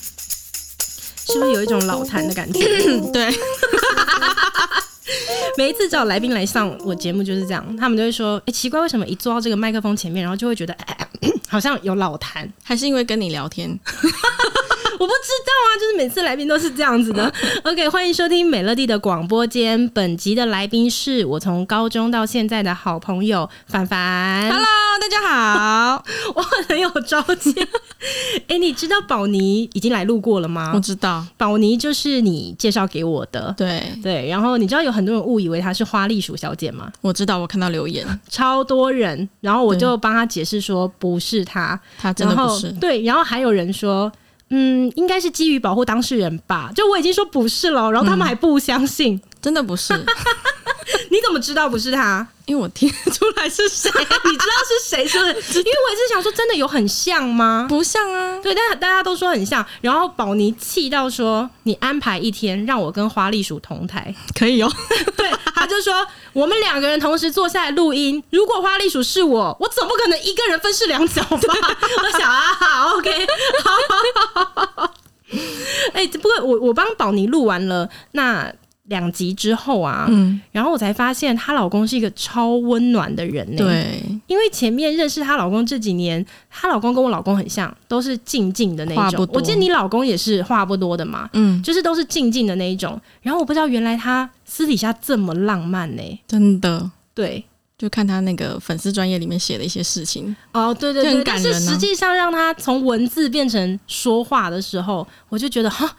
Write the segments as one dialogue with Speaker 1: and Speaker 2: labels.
Speaker 1: 是不是有一种老痰的感觉？ 对。每一次找来宾来上我节目就是这样，他们都会说：“哎、奇怪，为什么一坐到这个麦克风前面，然后就会觉得咳咳咳好像有老痰？”
Speaker 2: 还是因为跟你聊天？
Speaker 1: 我不知道啊，就是每次来宾都是这样子的。OK，欢迎收听美乐蒂的广播间。本集的来宾是我从高中到现在的好朋友凡凡。
Speaker 2: Hello，大家好，
Speaker 1: 我很有朝气。 哎、你知道宝妮已经来录过了
Speaker 2: 我
Speaker 1: 吗？
Speaker 2: 知道，
Speaker 1: 宝妮就是你介绍给我的。
Speaker 2: 对，
Speaker 1: 对，然后你知道有很多人误以为她是花栗鼠小姐吗？
Speaker 2: 我知道，我看到留言，
Speaker 1: 超多人，然后我
Speaker 2: 对
Speaker 1: 就帮她解释说不是她，
Speaker 2: 他真
Speaker 1: 然
Speaker 2: 的
Speaker 1: 后
Speaker 2: 不是，
Speaker 1: 对，然后还有人说，嗯，应该是基于保护当事人吧。就我已经说不是了，然后他
Speaker 2: 嗯
Speaker 1: 们还不相信，
Speaker 2: 真的不是，
Speaker 1: 你怎么知道不是他？
Speaker 2: 因为我听得出来 是谁，
Speaker 1: 你知道是谁说 的？因为我一直想说，真的有很像吗？
Speaker 2: 不像啊，
Speaker 1: 对，但大家都说很像，然后宝妮气到说：“你安排一天让我跟花栗鼠同台。
Speaker 2: 可以哦，”
Speaker 1: 对，他就说我们两个人同时坐下来录音。如果花栗鼠是我，我总不可能一个人分饰两角吧？我想啊好，OK，好 哎、不过我我帮宝妮录完了那两集之后啊，
Speaker 2: 嗯，
Speaker 1: 然后我才发现她老公是一个超温暖的人、呢。
Speaker 2: 嗯对，
Speaker 1: 因为前面认识她老公这几年，她老公跟我老公很像，都是静静的那
Speaker 2: 话
Speaker 1: 一
Speaker 2: 不
Speaker 1: 种。
Speaker 2: 多
Speaker 1: 我记得你老公也是话不多的嘛，
Speaker 2: 嗯，
Speaker 1: 就是都是静静的那一种。然后我不知道原来他私底下这么浪漫呢、
Speaker 2: 真的，
Speaker 1: 对，
Speaker 2: 就看他那个粉丝专业里面写的一些事情，
Speaker 1: 哦，对对
Speaker 2: 就
Speaker 1: 对，
Speaker 2: 很
Speaker 1: 但
Speaker 2: 感
Speaker 1: 是
Speaker 2: 人啊
Speaker 1: 实际上让他从文字变成说话的时候，我就觉得哈，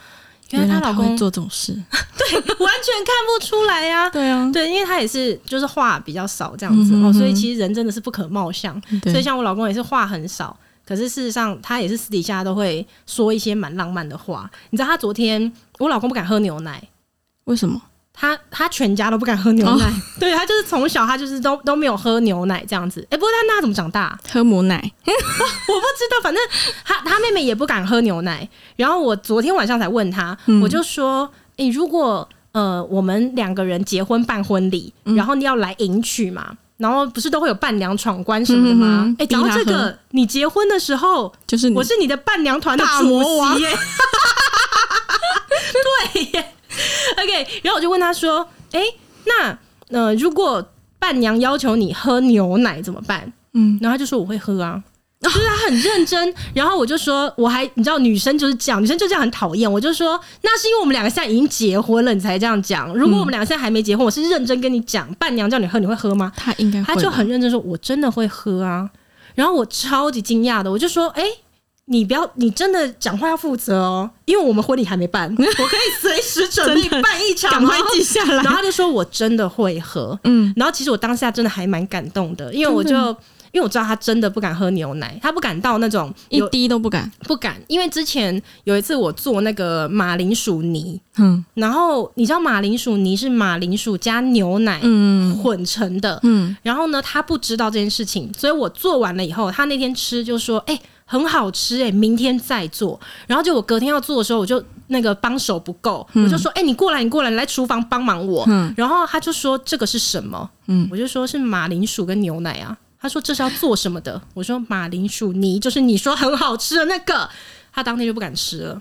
Speaker 1: 原来她
Speaker 2: 他
Speaker 1: 老公
Speaker 2: 会做这种 事，
Speaker 1: 完全看不出来呀、
Speaker 2: 对啊，
Speaker 1: 对，因为他也是就是话比较少这样子、
Speaker 2: 嗯哼
Speaker 1: 哦，
Speaker 2: 嗯哼
Speaker 1: 所以其实人真的是不可貌相。所以
Speaker 2: 对，
Speaker 1: 像我老公也是话很少，可是事实上他也是私底下都会说一些蛮浪漫的话。你知道他昨天我老公不敢喝牛奶，
Speaker 2: 为什么？
Speaker 1: 他他全家都不敢喝
Speaker 2: 哦
Speaker 1: 牛奶， 对他就是从小他就是都都没有喝牛奶这样子。哎、不过他那他怎么长大、
Speaker 2: 喝母奶，
Speaker 1: 我不知道，反正他他妹妹也不敢喝牛奶。然后我昨天晚上才问他，
Speaker 2: 嗯
Speaker 1: 我就说：“诶，如果呃我们两个人结婚办婚礼，
Speaker 2: 嗯
Speaker 1: 然后你要来迎娶嘛，然后不是都会有伴娘闯关什么的吗？
Speaker 2: 嗯哼哼
Speaker 1: 诶，讲到这
Speaker 2: 逼他
Speaker 1: 个，你结婚的时候，
Speaker 2: 就是你
Speaker 1: 我是你的伴娘团的
Speaker 2: 大
Speaker 1: 主
Speaker 2: 魔王
Speaker 1: 席耶。对耶，OK。然后我就问他说：“诶，那呃如果伴娘要求你喝牛奶怎么办？”
Speaker 2: 嗯，
Speaker 1: 然后他就说我会喝啊，就是他很认真。然后我就说我还你知道女生就是这样，女生就这样很讨厌。我就说那是因为我们两个现在已经结婚了，你才这样讲。如果我们两个现在还没结婚，我是认真跟你讲，伴娘叫你喝，你会喝吗？
Speaker 2: 他应该
Speaker 1: 他
Speaker 2: 会
Speaker 1: 就
Speaker 2: 吧
Speaker 1: 很认真说我真的会喝啊。然后我超级惊讶的，我就说哎。你不要，你真的讲话要负责哦，因为我们婚礼还没 办，我可以随时准备
Speaker 2: 真的
Speaker 1: 办一场哦，
Speaker 2: 赶快记下来
Speaker 1: 然后他就说我真的会喝，
Speaker 2: 嗯，
Speaker 1: 然后其实我当下真的还蛮感动的，因为我就
Speaker 2: 真的
Speaker 1: 因为我知道他真的不敢喝牛奶，他不敢到那种
Speaker 2: 一
Speaker 1: 有
Speaker 2: 滴都不敢，
Speaker 1: 不敢，因为之前有一次我做那个马铃薯泥，
Speaker 2: 嗯
Speaker 1: 然后你知道马铃薯泥是马铃薯加牛奶
Speaker 2: 嗯
Speaker 1: 混成的，
Speaker 2: 嗯，
Speaker 1: 然后呢他不知道这件事情，所以我做完了以后，他那天吃就说哎。很好吃哎、明天再做。然后就我隔天要做的时候，我就那个帮手不够，我就说：“哎、你过来，你过来，你来厨房帮忙我。
Speaker 2: 嗯
Speaker 1: 然后他就说这个是什么？
Speaker 2: 嗯
Speaker 1: 我就说是马铃薯跟牛奶啊。他说这是要做什么的？我说马铃薯泥就是你说很好吃的那个。他当天就不敢吃了，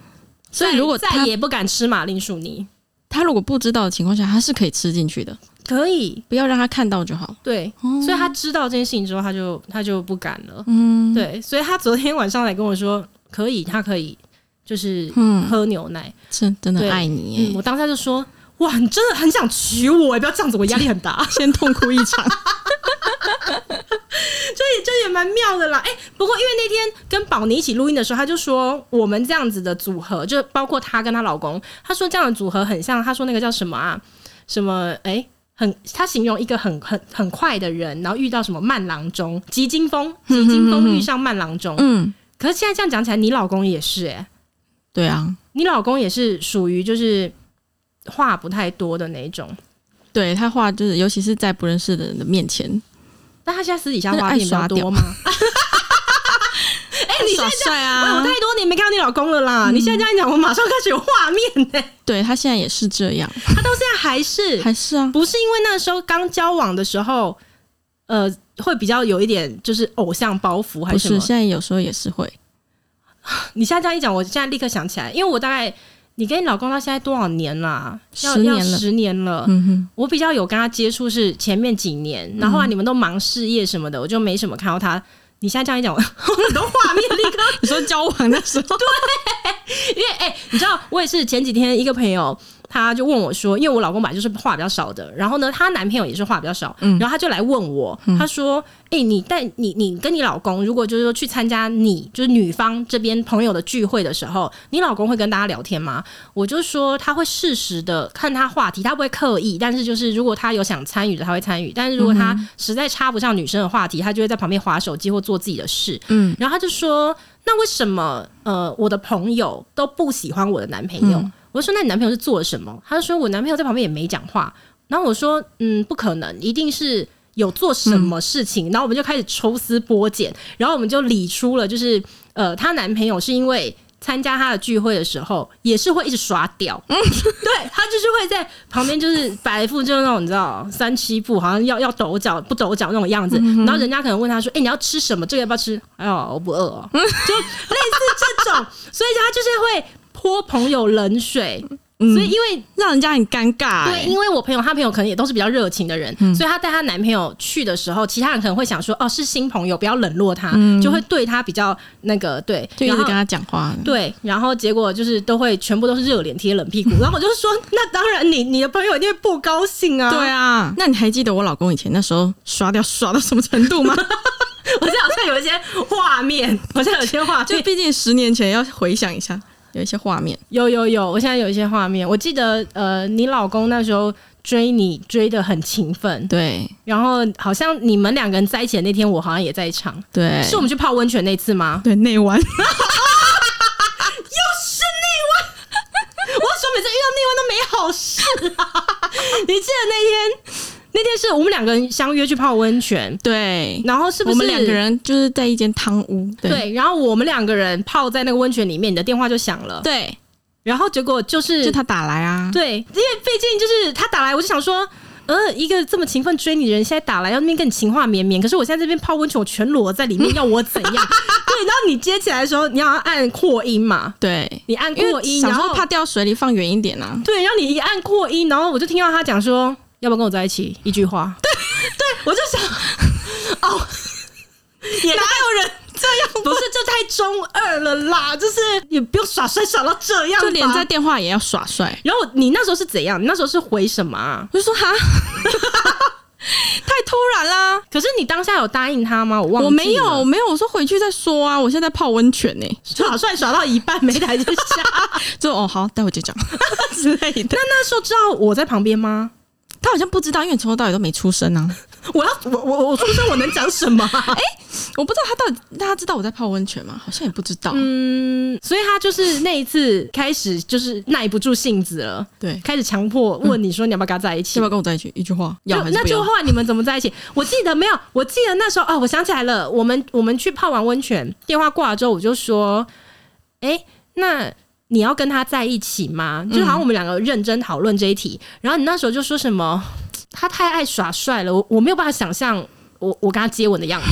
Speaker 2: 所以如果
Speaker 1: 再
Speaker 2: 他
Speaker 1: 再也不敢吃马铃薯泥，
Speaker 2: 他如果不知道的情况下，他是可以吃进去的，
Speaker 1: 可以
Speaker 2: 不要让他看到就好。
Speaker 1: 对。所以
Speaker 2: 哦
Speaker 1: 他知道这件事情之后，他就他就不敢了。
Speaker 2: 嗯，
Speaker 1: 对，所以他昨天晚上来跟我说可以，他可以就是
Speaker 2: 嗯，
Speaker 1: 喝牛奶。
Speaker 2: 真真
Speaker 1: 对
Speaker 2: 的爱你
Speaker 1: 嗯，
Speaker 2: 耶，
Speaker 1: 我当下就说。哇，你真的很想娶我欸？不要这样子，我压力很大。
Speaker 2: 先痛哭一场。
Speaker 1: 这也蛮妙的啦。哎、不过因为那天跟宝妮一起录音的时候，她就说我们这样子的组合，就包括她跟她老公，她说这样的组合很像，她说那个叫什么啊？什么？哎、很，她形容一个很很很快的人，然后遇到什么慢郎中，急惊风，急惊风遇上慢郎中。
Speaker 2: 嗯，
Speaker 1: 可是现在这样讲起来，你老公也是哎、
Speaker 2: 对啊，
Speaker 1: 你老公也是属于就是话不太多的那一种，
Speaker 2: 对他话就是，尤其是在不认识的人的面前，
Speaker 1: 但他现在私底下
Speaker 2: 他就
Speaker 1: 话
Speaker 2: 爱
Speaker 1: 并
Speaker 2: 耍
Speaker 1: 不多
Speaker 2: 屌
Speaker 1: 吗？
Speaker 2: 哎，你耍帅
Speaker 1: 哎我
Speaker 2: 啊嗯
Speaker 1: 太！多年没看到你老公了啦！你现在这样一讲，我马上开始有画面呢、
Speaker 2: 对他现在也是这样，
Speaker 1: 他到现在还是
Speaker 2: 还是啊，
Speaker 1: 不是因为那时候刚交往的时候，呃，会比较有一点就是偶像包袱还
Speaker 2: 不
Speaker 1: 是什
Speaker 2: 是
Speaker 1: 么？
Speaker 2: 现在有时候也是会，
Speaker 1: 你现在这样一讲，我现在立刻想起来，因为我大概你跟你老公到现在多少年啦？要
Speaker 2: 十年了
Speaker 1: 要十年了。
Speaker 2: 嗯哼，
Speaker 1: 我比较有跟他接触是前面几年，然后
Speaker 2: 嗯
Speaker 1: 啊，你们都忙事业什么的，我就没什么看到他。你现在这样一讲，我很多画面立刻，
Speaker 2: 你说交往的时 候，
Speaker 1: 因为哎、你知道，我也是前几天一个朋友，他就问我说，因为我老公本来就是话比较少的，然后呢，她男朋友也是话比较少，然后他就来问我，他说，哎、你带你你跟你老公，如果就是说去参加你就是女方这边朋友的聚会的时候，你老公会跟大家聊天吗？我就说他会适时的看他话题，他不会刻意，但是就是如果他有想参与的，他会参与；但是如果他实在插不上女生的话题，他就会在旁边划手机或做自己的事。
Speaker 2: 嗯，
Speaker 1: 然后他就说：“那为什么呃我的朋友都不喜欢我的男朋友？”我就说：“那你男朋友是做了什么？”他就说：“我男朋友在旁边也没讲话。”然后我说：“嗯，不可能，一定是。”有做什么事情，然后我们就开始抽丝剥茧，然后我们就理出了，就是呃，她男朋友是因为参加她的聚会的时候，也是会一直刷掉，对他就是会在旁边，就是摆一副就是那种你知道三七步，好像要要抖脚不抖脚那种样子。然后人家可能问他说：“哎、你要吃什么？这个要不要吃？”哎呦，我不饿哦，就类似这种，所以他就是会泼朋友冷水。
Speaker 2: 嗯
Speaker 1: 所以因为
Speaker 2: 让人家很尴尬、哎
Speaker 1: 对，因为我朋友她朋友可能也都是比较热情的人，所以她带她男朋友去的时候，其他人可能会想说：“哦，是新朋友，不要冷落他。就会对他比较那个对，
Speaker 2: 就一直
Speaker 1: 然后
Speaker 2: 跟他讲话。
Speaker 1: 对，然后结果就是都会全部都是热脸贴冷 屁股，然后我就说，那当然你你的朋友一定会不高兴啊。
Speaker 2: 对啊，那你还记得我老公以前那时候刷掉刷到什么程度吗？
Speaker 1: 我现在好像有一些画面，我现在有一些画
Speaker 2: 就
Speaker 1: 面，
Speaker 2: 毕竟十年前要回想一下，有一些画面。
Speaker 1: 有有有，我现在有一些画面。我记得呃，你老公那时候追你追的很勤奋，
Speaker 2: 对
Speaker 1: 然后好像你们两个人在一起的那天，我好像也在场，
Speaker 2: 对，
Speaker 1: 是我们去泡温泉那次 吗？
Speaker 2: 对内弯，
Speaker 1: 我说每次遇到内湾都没好事啊！你记得那天？那天是我们两个人相约去泡温泉，
Speaker 2: 对，
Speaker 1: 然后是不是
Speaker 2: 我们两个人就是在一间汤屋。对
Speaker 1: 对，然后我们两个人泡在那个温泉里面，你的电话就响了，
Speaker 2: 对，
Speaker 1: 然后结果就是
Speaker 2: 就他打来啊。
Speaker 1: 对，因为毕竟就是他打来，我就想说。呃，一个这么勤奋追你的人，现在打来要那边跟你情话绵绵，可是我现在这边泡温泉，我全裸在里 面，要我怎样？对，然后你接起来的时候，你要按扩音嘛，
Speaker 2: 对，
Speaker 1: 你按
Speaker 2: 因
Speaker 1: 扩
Speaker 2: 为
Speaker 1: 音，
Speaker 2: 想
Speaker 1: 然
Speaker 2: 说
Speaker 1: 后
Speaker 2: 怕掉水里，放远一点啊。
Speaker 1: 对，然后你一按扩音，然后我就听到他讲说，要不要跟我在一起？一句话，对对，我就想，哦，也
Speaker 2: 哪有人
Speaker 1: 不是这太中二了啦，就是也不用耍帅耍到这样吧，
Speaker 2: 就连在电话也要耍帅？
Speaker 1: 然后你那时候是怎样？你那时候是回什么啊？
Speaker 2: 我就说 哈，太突然啦！
Speaker 1: 可是你当下有答应他吗？我忘记
Speaker 2: 我
Speaker 1: 了
Speaker 2: 没有，我没有，我说回去再说啊。我现在在泡温泉呢、
Speaker 1: 耍帅耍到一半没台阶 下。
Speaker 2: 就哦好，待会就讲 之类的
Speaker 1: 那。那时候知道我在旁边吗？
Speaker 2: 他好像不知道，因为你从头到尾都没出声啊。
Speaker 1: 我要我我我出声，我能讲什么啊、
Speaker 2: 我不知道他到底大家知道我在泡温泉吗？好像也不知道。
Speaker 1: 嗯，所以他就是那一次开始就是耐不住性子了，
Speaker 2: 对，
Speaker 1: 开始强迫问你说你要不要跟他在一
Speaker 2: 要
Speaker 1: 起
Speaker 2: 不。要跟我在一起？一句话，
Speaker 1: 就
Speaker 2: 要还是
Speaker 1: 那
Speaker 2: 不
Speaker 1: 就
Speaker 2: 要？
Speaker 1: 后来你们怎么在一起？ 我记得没有，我记得那时候哦，我想起来了，我们我们去泡完温泉，电话挂了之后，我就说，哎、那你要跟他在一起吗？就
Speaker 2: 嗯
Speaker 1: 好像我们两个认真讨论这一题，然后你那时候就说什么，他太爱耍帅了，我我没有办法想象我我跟他接吻的样子。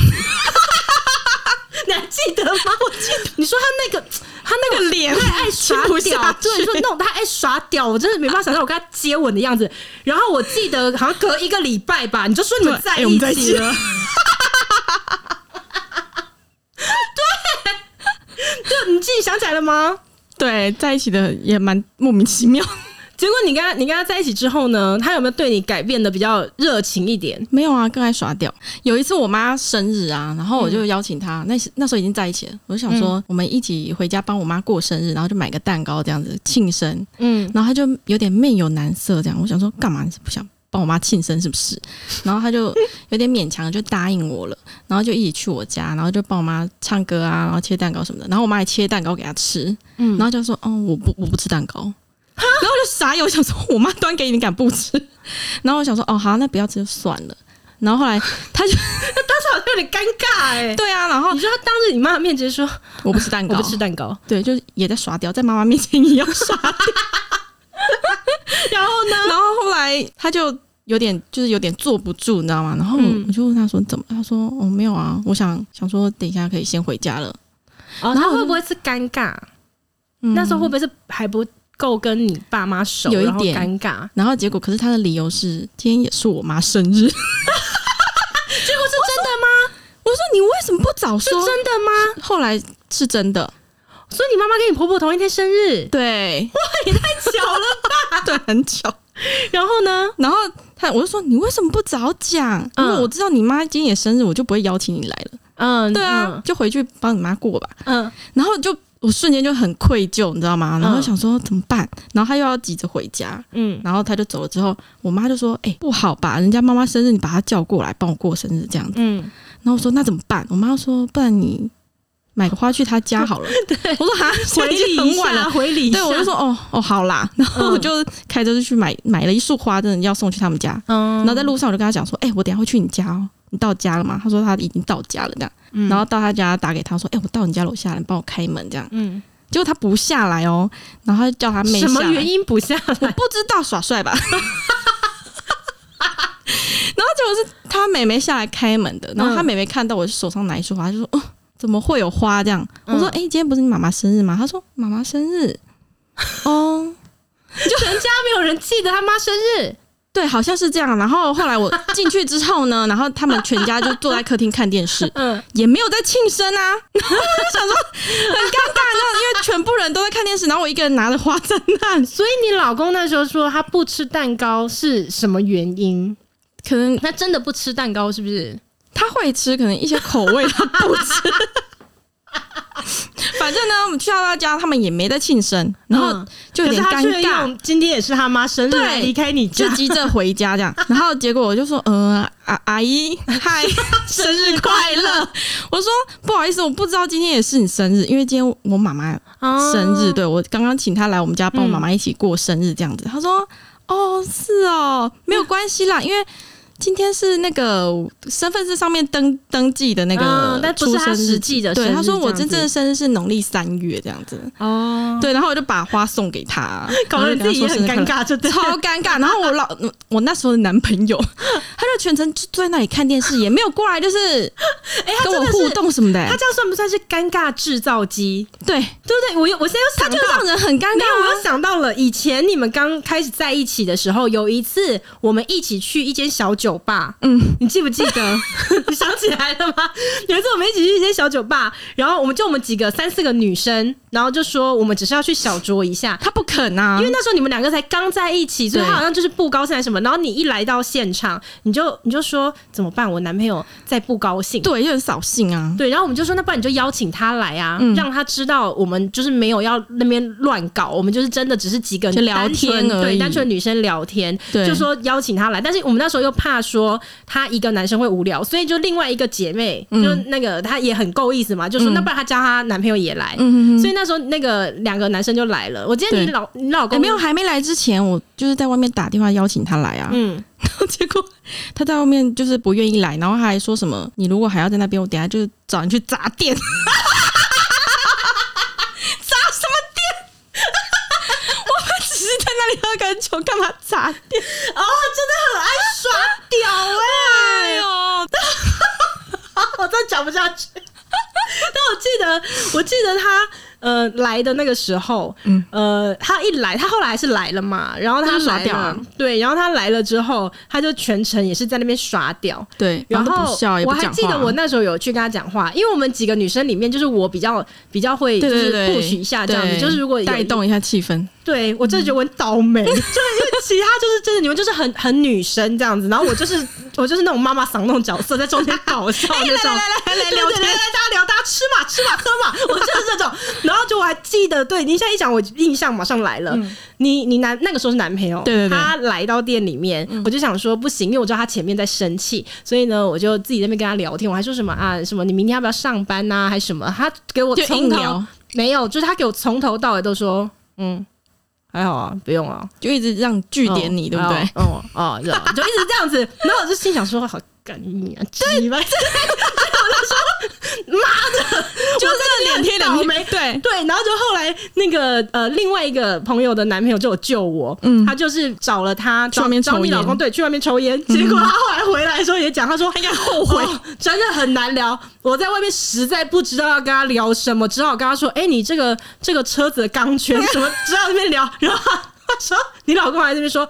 Speaker 1: 你还记得吗？我记得你说他那个他那个
Speaker 2: 脸
Speaker 1: 太爱耍
Speaker 2: 吃不
Speaker 1: 屌
Speaker 2: 下，
Speaker 1: 对，
Speaker 2: 去
Speaker 1: 说那种他爱耍屌，我真的没办法想象我跟他接吻的样子。然后我记得好像隔一个礼拜吧，你就说你们在
Speaker 2: 哎我们在
Speaker 1: 一
Speaker 2: 一
Speaker 1: 起
Speaker 2: 起
Speaker 1: 了，就你自己想起来了吗？
Speaker 2: 对，在一起的也蛮莫名其妙。
Speaker 1: 结果你跟他你跟他在一起之后呢，他有没有对你改变的比较热情一点？
Speaker 2: 没有啊，更爱耍屌。有一次我妈生日啊，然后我
Speaker 1: 嗯
Speaker 2: 就邀请她，那时那时候已经在一起了，我就想说我们一起回家帮我妈过生日，然后就买个蛋糕这样子庆生。
Speaker 1: 嗯，
Speaker 2: 然后她就有点面有难色这样，我想说干嘛你是不想帮我妈庆生是不是？ 然后她就有点勉强就答应我了，然后就一起去我家，然后就帮我妈唱歌啊，然后切蛋糕什么的，然后我妈还切蛋糕给她吃，
Speaker 1: 嗯
Speaker 2: 然后就说哦我不我不吃蛋糕。然后我就傻眼，我想说我妈端给你，你敢不吃？ 然后我想说哦好，那不要吃就算了。然后后来她就
Speaker 1: 当时好像有点尴尬哎、
Speaker 2: 对啊，然后
Speaker 1: 你说他当着你妈的面直接说
Speaker 2: 我不吃蛋
Speaker 1: 我
Speaker 2: 糕，
Speaker 1: 不吃蛋糕，
Speaker 2: 对，就是也在耍屌，在妈妈面前也要耍。
Speaker 1: 然后呢？
Speaker 2: 然后后来 他就有点就是有点坐不住，你知道吗？然后
Speaker 1: 嗯
Speaker 2: 我就问他说怎么？他说哦没有啊，我想想说等一下可以先回家了。
Speaker 1: 哦，
Speaker 2: 然后
Speaker 1: 那
Speaker 2: 我就
Speaker 1: 会不会是尴尬？
Speaker 2: 嗯
Speaker 1: 那时候会不会是还不够跟你爸妈熟，
Speaker 2: 有一
Speaker 1: 然后
Speaker 2: 点
Speaker 1: 尴尬？
Speaker 2: 然后结果，可是他的理由是今天也是我妈生日。结果是真的吗？我说你为什么不早
Speaker 1: 是
Speaker 2: 说？
Speaker 1: 真的吗？
Speaker 2: 后来是真的，
Speaker 1: 所以你妈妈跟你婆婆同一天生日，
Speaker 2: 对，
Speaker 1: 巧了。
Speaker 2: 对，很巧。
Speaker 1: 然后呢？
Speaker 2: 然后他我就说你为什么不早讲？
Speaker 1: 嗯
Speaker 2: 因为我知道你妈今天也生日，我就不会邀请你来了。
Speaker 1: 嗯，
Speaker 2: 对啊，就回去帮你妈过吧。
Speaker 1: 嗯，嗯，
Speaker 2: 然后就我瞬间就很愧疚，你知道吗？然后想说怎么办？然后他又要急着回家，
Speaker 1: 嗯，
Speaker 2: 然后他就走了之后，我妈就说：“哎、不好吧，人家妈妈生日，你把她叫过来帮我过生日这样子。
Speaker 1: 嗯，”
Speaker 2: 然后我说：“那怎么办？”我妈说：“不然你买个花去她 家好了。”我说：“哈，
Speaker 1: 回
Speaker 2: 现在已
Speaker 1: 礼
Speaker 2: 经
Speaker 1: 一
Speaker 2: 很晚了
Speaker 1: 下，。” 回礼一下。
Speaker 2: 对，我就说：“哦哦，好啦。”然后我就开车就去买买了一束花，真的要送去他们家。
Speaker 1: 嗯，
Speaker 2: 然后在路上我就跟他讲说：“哎、我等一下会去你家哦，你到家了吗？”他说他已经到家了，这样。
Speaker 1: 嗯
Speaker 2: 然后到他家打给他说：“哎、我到你家楼下了，你帮我开门。”这样，
Speaker 1: 嗯，
Speaker 2: 结果他不下来哦，然后他就叫他妹
Speaker 1: 什么
Speaker 2: 下来
Speaker 1: 原因不 下
Speaker 2: 我
Speaker 1: 来？
Speaker 2: 不知道耍帅吧。然 后结果是他妹妹下来开门的，然后
Speaker 1: 嗯
Speaker 2: 他妹妹看到我手上拿一束花，就说：“哦，怎么会有花这样？”我说：“
Speaker 1: 嗯
Speaker 2: 哎、今天不是你妈妈生日吗？”他说：“妈妈生日。” 哦，
Speaker 1: 全家没有人记得他妈生日。
Speaker 2: 对，好像是这样。然后后来我进去之后呢，然后他们全家就坐在客厅看电视，
Speaker 1: 嗯，
Speaker 2: 也没有在庆生啊。 然后我就想说很尴尬，你知道，因为全部人都在看电视，然后我一个人拿着花在那里，
Speaker 1: 所以你老公那时候说他不吃蛋糕是什么原因？嗯
Speaker 2: 可能
Speaker 1: 他真的不吃蛋糕是不是？
Speaker 2: 他会吃，可能一些口味他不吃。 反正呢，我们去到他家，他们也没在庆生，然后
Speaker 1: 嗯
Speaker 2: 就有
Speaker 1: 可是
Speaker 2: 点
Speaker 1: 他
Speaker 2: 尴
Speaker 1: 却
Speaker 2: 尬，
Speaker 1: 用今天也是他妈生日
Speaker 2: 对
Speaker 1: 来离开你家
Speaker 2: 就，急着回家 这样。然后结果我就说：“呃，阿、阿姨，嗨，生日快乐！”我说：“不好意思，我不知道今天也是你生日，因为今天我妈妈
Speaker 1: 哦嗯
Speaker 2: 生日，对我刚刚请她来我们家帮我妈妈一起过生日这样子。她说：“哦，是哦，没有关系啦，因为。”今天是那个身份证上面登登记的那个
Speaker 1: 嗯但不
Speaker 2: 出
Speaker 1: 是
Speaker 2: 生
Speaker 1: 他
Speaker 2: 日
Speaker 1: 实
Speaker 2: 期，
Speaker 1: 际的生日
Speaker 2: 对，他说我
Speaker 1: 这样
Speaker 2: 真正的
Speaker 1: 子
Speaker 2: 生日是农历三月这样子，
Speaker 1: 哦，
Speaker 2: 对，然后我就把花送给他，
Speaker 1: 搞得
Speaker 2: 然后
Speaker 1: 你
Speaker 2: 就
Speaker 1: 自己也很
Speaker 2: 跟他说生日快
Speaker 1: 尴
Speaker 2: 乐
Speaker 1: 尬，就对。
Speaker 2: 超尴尬。然后我老我那时候的男朋友， 他就全程就坐在那里看电视，也没有过来， 就是
Speaker 1: 哎、他
Speaker 2: 跟
Speaker 1: 真
Speaker 2: 我
Speaker 1: 的
Speaker 2: 互
Speaker 1: 是，
Speaker 2: 动什么的、
Speaker 1: 他这样算不算是尴尬制造机？
Speaker 2: 对，
Speaker 1: 对不对？我有，我现在
Speaker 2: 他
Speaker 1: 又
Speaker 2: 就啊
Speaker 1: 想到
Speaker 2: 让。人很尴
Speaker 1: 没有，我
Speaker 2: 尬
Speaker 1: 又。想到了以前你们刚开始在一起的时候，有一次我们一起去一间小酒吧，
Speaker 2: 嗯，
Speaker 1: 你记不记 得？你想起来了吗？有一次我们一起去一间小酒吧，然后我们就我们几个三四个女生，然后就说我们只是要去小酌一下，
Speaker 2: 他不肯啊，
Speaker 1: 因为那时候你们两个才刚在一起，所以
Speaker 2: 对
Speaker 1: 他好像就是不高兴还是什么。然后你一来到现场，你就你就说怎么办？我男朋友在不高兴。
Speaker 2: 对，就很扫兴啊。
Speaker 1: 对，然后我们就说，那不然你就邀请他来啊，
Speaker 2: 嗯
Speaker 1: 让他知道我们就是没有要那边乱搞，我们就是真的只是几个
Speaker 2: 就聊
Speaker 1: 单纯
Speaker 2: 天而
Speaker 1: 对，
Speaker 2: 已
Speaker 1: 单纯女生聊天，
Speaker 2: 对
Speaker 1: 就说邀请他来。但是我们那时候又怕说他一个男生会无聊，所以就另外一个姐妹，
Speaker 2: 嗯
Speaker 1: 就那个她也很够意思嘛，就说、
Speaker 2: 嗯
Speaker 1: 那不然她叫她男朋友也来。
Speaker 2: 嗯，
Speaker 1: 所以那时候那个两个男生就来了，我记得你
Speaker 2: 对
Speaker 1: 老你老
Speaker 2: 也
Speaker 1: 公
Speaker 2: 哎没有，还没来之前，我就是在外面打电话邀请他来啊，
Speaker 1: 嗯，
Speaker 2: 然后 结果他在外面就是不愿意来，然后他还说什么你如果还要在那边，我等下就找你去砸店， 砸什么店？我们只是在那里喝个酒，干嘛砸店？
Speaker 1: 哦，真的很爱耍屌 哎、
Speaker 2: 哎呦，
Speaker 1: 我真的讲不下去。但我记得，我记得他呃来的那个时候，
Speaker 2: 嗯
Speaker 1: 呃，他一来，他后来还是来了嘛，然后他
Speaker 2: 就是耍
Speaker 1: 来
Speaker 2: 屌啊
Speaker 1: 了，对，然后他来了之后，他就全程也是在那边耍屌。
Speaker 2: 对，
Speaker 1: 然
Speaker 2: 都
Speaker 1: 后
Speaker 2: 不笑也
Speaker 1: 我
Speaker 2: 不
Speaker 1: 还
Speaker 2: 讲话。
Speaker 1: 记得我那时候有去跟他讲话，因为我们几个女生里面，就是我比较比较会就
Speaker 2: 对对
Speaker 1: 是
Speaker 2: 对，
Speaker 1: 不许一下这样子，
Speaker 2: 对
Speaker 1: 就是如果有
Speaker 2: 带，动一下气氛，
Speaker 1: 对我真的觉得我很倒霉，就是因为其他就是真的你们就是很很女生这样子，然后我就是 我就是那种妈妈嗓那种角色，在中间搞笑那种，
Speaker 2: 来
Speaker 1: 对对对，来来，大家聊，大家吃嘛，吃嘛，喝嘛，我就是这种。然后就我还记得，对你现在一讲，我印象马上来了。你你男那个时候是男朋友，
Speaker 2: 对对对
Speaker 1: 他来到店里面，我就想说不行，因为我知道他前面在生气，所以呢，我就自己在那边跟他聊天，我还说什么啊，什么你明天要不要上班呐、还什么？他给我
Speaker 2: 就
Speaker 1: 从
Speaker 2: 硬
Speaker 1: 头
Speaker 2: 聊，
Speaker 1: 没有，就是他给我从头到尾都说，嗯，还好啊，不用啊，
Speaker 2: 就一直让据点你，对不对？？
Speaker 1: 哦 哦，哦就就一直这样子，然后我就心想说，好干你啊，鸡巴！我就就是
Speaker 2: 脸贴
Speaker 1: 倒
Speaker 2: 脸
Speaker 1: 霉
Speaker 2: 贴，对，
Speaker 1: 对，然后就后来那个呃，另外一个朋友的男朋友就有救我，
Speaker 2: 嗯
Speaker 1: 他就是找了他
Speaker 2: 去外面
Speaker 1: 找找
Speaker 2: 抽
Speaker 1: 你
Speaker 2: 烟
Speaker 1: 老公，对，去外面抽烟，结果他后来回来的时候也讲，他说应该后哦
Speaker 2: 悔
Speaker 1: 真的很难聊。我在外面实在不知道要跟他聊什么，只好跟他说，哎、你这个这个车子的钢圈什么，只好那边聊。然后他他说，哎你老公还在那边说。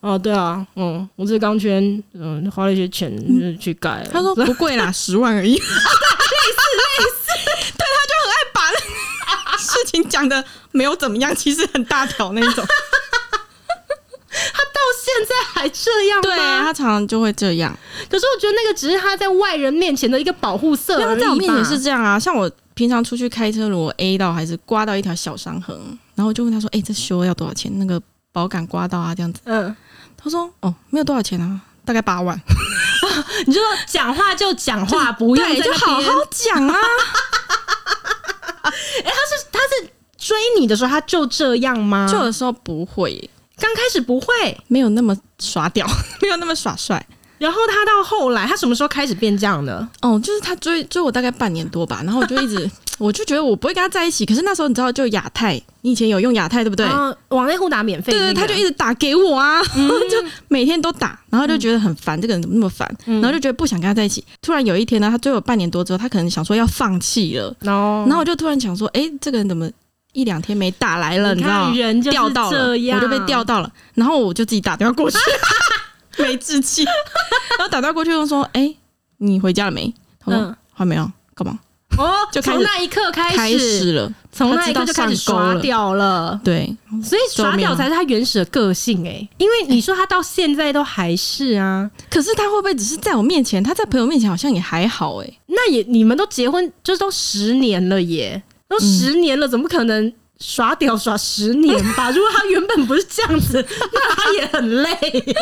Speaker 1: 哦，对啊，嗯，我这钢圈，嗯，花了一些钱就是去改。
Speaker 2: 他 说不贵 啦，十万而已。类啊似类似，对，他就很爱把那事情讲的没有怎么样，其实很大条那一种。
Speaker 1: 他到现在还这样吗？
Speaker 2: 对他常常就会这样，
Speaker 1: 啊可是我觉得那个只是他在外人面前的一个保护色而已
Speaker 2: 然
Speaker 1: 吧。
Speaker 2: 后在我面前是这样啊，像我平常出去开车，如果 A 到还是刮到一条小伤痕，然后我就问他说：“哎、这修要多少钱？那个保杆刮到啊，这样子。
Speaker 1: 嗯，”
Speaker 2: 他说：“哦，没有多少钱啊，大概八 万。
Speaker 1: 你就说讲话就讲话，不用
Speaker 2: 对，
Speaker 1: 在
Speaker 2: 就
Speaker 1: 那
Speaker 2: 好好
Speaker 1: 边
Speaker 2: 讲啊。
Speaker 1: 追你的时候他就这样吗？
Speaker 2: 就有时候不会，
Speaker 1: 刚开始不会，
Speaker 2: 没有那么耍屌， 没有那么耍帅。
Speaker 1: 然后他到后来，他什么时候开始变这样的？
Speaker 2: 哦，就是他追追我大概半年多吧，然后我就一 直，我就觉得我不会跟他在一起。可是那时候你知道，就亚太，你以前有用亚太对不对？
Speaker 1: 然后呃往内互打免费
Speaker 2: 对
Speaker 1: 哦那个，嗯
Speaker 2: 对，他就一直打给我啊， 就每天都打，然后就觉得很烦，这个人怎么那么烦，
Speaker 1: 嗯
Speaker 2: 然后就觉得不想跟他在一起。突然有一天呢，他追我半年多之后，他可能想说要放弃了，
Speaker 1: 哦，
Speaker 2: 然后我就突然想说，哎，这个人怎么一两天没打来了？你知道
Speaker 1: 看
Speaker 2: 吗？
Speaker 1: 人就是
Speaker 2: 钓到了，
Speaker 1: 这样，
Speaker 2: 我就被钓。到了，然后我就自己打电 话过去，没志气。 然后打电话过去就说：“哎、你回家了没？”他说：“
Speaker 1: 嗯
Speaker 2: 还没有，干嘛
Speaker 1: 哦，
Speaker 2: 就开始
Speaker 1: 从那一刻开
Speaker 2: 开
Speaker 1: 始，
Speaker 2: 始了
Speaker 1: 从那一刻就开始
Speaker 2: 他知道上钩
Speaker 1: 耍
Speaker 2: 了
Speaker 1: 屌了？”。
Speaker 2: 对，
Speaker 1: 所以耍
Speaker 2: 周
Speaker 1: 屌
Speaker 2: 妙
Speaker 1: 才是他原始的个性哎、因为你说他到现在都还是啊，
Speaker 2: 可是他会不会只是在我面前？他在朋友面前好像也还好哎、
Speaker 1: 那也你们都结婚就是都十年了耶，都十年了，怎么可能耍屌耍十年
Speaker 2: 嗯
Speaker 1: 吧？如果他原本不是这样 子，那他也很累耶。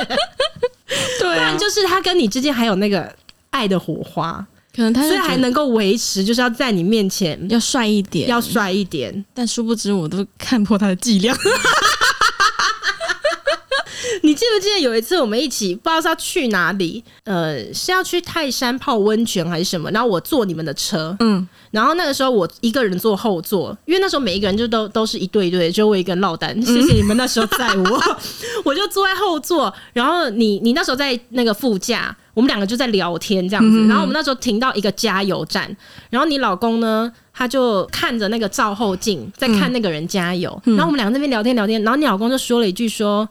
Speaker 2: 对啊
Speaker 1: 不然就是他跟你之间还有那个爱的火花，
Speaker 2: 可能他
Speaker 1: 所
Speaker 2: 就
Speaker 1: 以还
Speaker 2: 觉得嗯
Speaker 1: 能够维持，就是要在你面前
Speaker 2: 要帅一点，
Speaker 1: 要帅一点。
Speaker 2: 但殊不知我都看破他的伎俩。
Speaker 1: 你记不记得有一次我们一起不知道是要去哪里？呃，是要去泰山泡温泉还是什么？然后我坐你们的车，
Speaker 2: 嗯，
Speaker 1: 然后那个时候我一个人坐后座，因为那时候每一个人就都都是一对一对，就我一个人落单。谢谢你们那时候载我，我就坐在后座。然后你你那时候在那个副驾，我们两个就在聊天这样子。然后我们那时候停到一个加油站，然后你老公呢，他就看着那个照后镜，在看那个人加油。然后我们两个在那边聊天聊天，然后你老公就说了一句说：“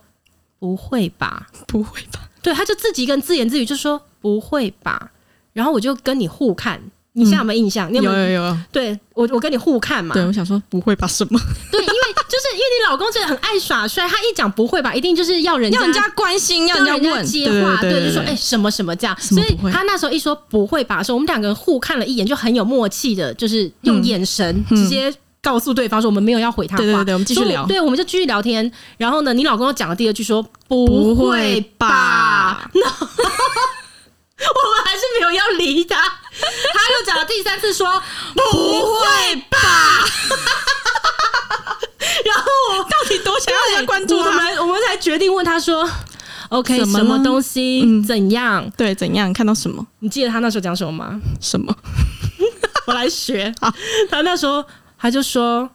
Speaker 1: 不会吧？”
Speaker 2: 不会吧？
Speaker 1: 对，他就自己一个人自言自语，就说不会吧。然后我就跟你互看，你现在有没有印象？你
Speaker 2: 有
Speaker 1: 有没有？
Speaker 2: 有有，
Speaker 1: 对我，我跟你互看嘛。
Speaker 2: 对我想说不会吧？什么？
Speaker 1: 对因为就是因为你老公真的很爱耍帅，他一讲不会吧，一定就是要人家
Speaker 2: 要人家关心，要人
Speaker 1: 要
Speaker 2: 家问，
Speaker 1: 接话，
Speaker 2: 对
Speaker 1: 就说哎、什么什么这样。
Speaker 2: 什么
Speaker 1: 所以
Speaker 2: 不会
Speaker 1: 他那时候一说不会吧，的时候，我们两个人互看了一眼，就很有默契的，就是用眼神、直接。告诉对方说我们没有要回他话，
Speaker 2: 嗯对对对我们继续
Speaker 1: 所以
Speaker 2: 聊
Speaker 1: 对，我们就继续聊天。然后呢，你老公又讲了第二句说不
Speaker 2: 不
Speaker 1: 会
Speaker 2: 会
Speaker 1: 吧
Speaker 2: 吧？
Speaker 1: 那 我们还是没有要理他。他又讲了第三次说
Speaker 2: 不会 吧？
Speaker 1: 然后我
Speaker 2: 到底多想要人家关注
Speaker 1: 我
Speaker 2: 他？
Speaker 1: 们我们才决定问他说，OK，
Speaker 2: 怎么
Speaker 1: 什
Speaker 2: 了
Speaker 1: 么东西、
Speaker 2: 嗯
Speaker 1: 怎样？
Speaker 2: 对，怎样看到什么
Speaker 1: 你记得他那时候讲什么吗？
Speaker 2: 什么？
Speaker 1: 我来学。他那时候他就说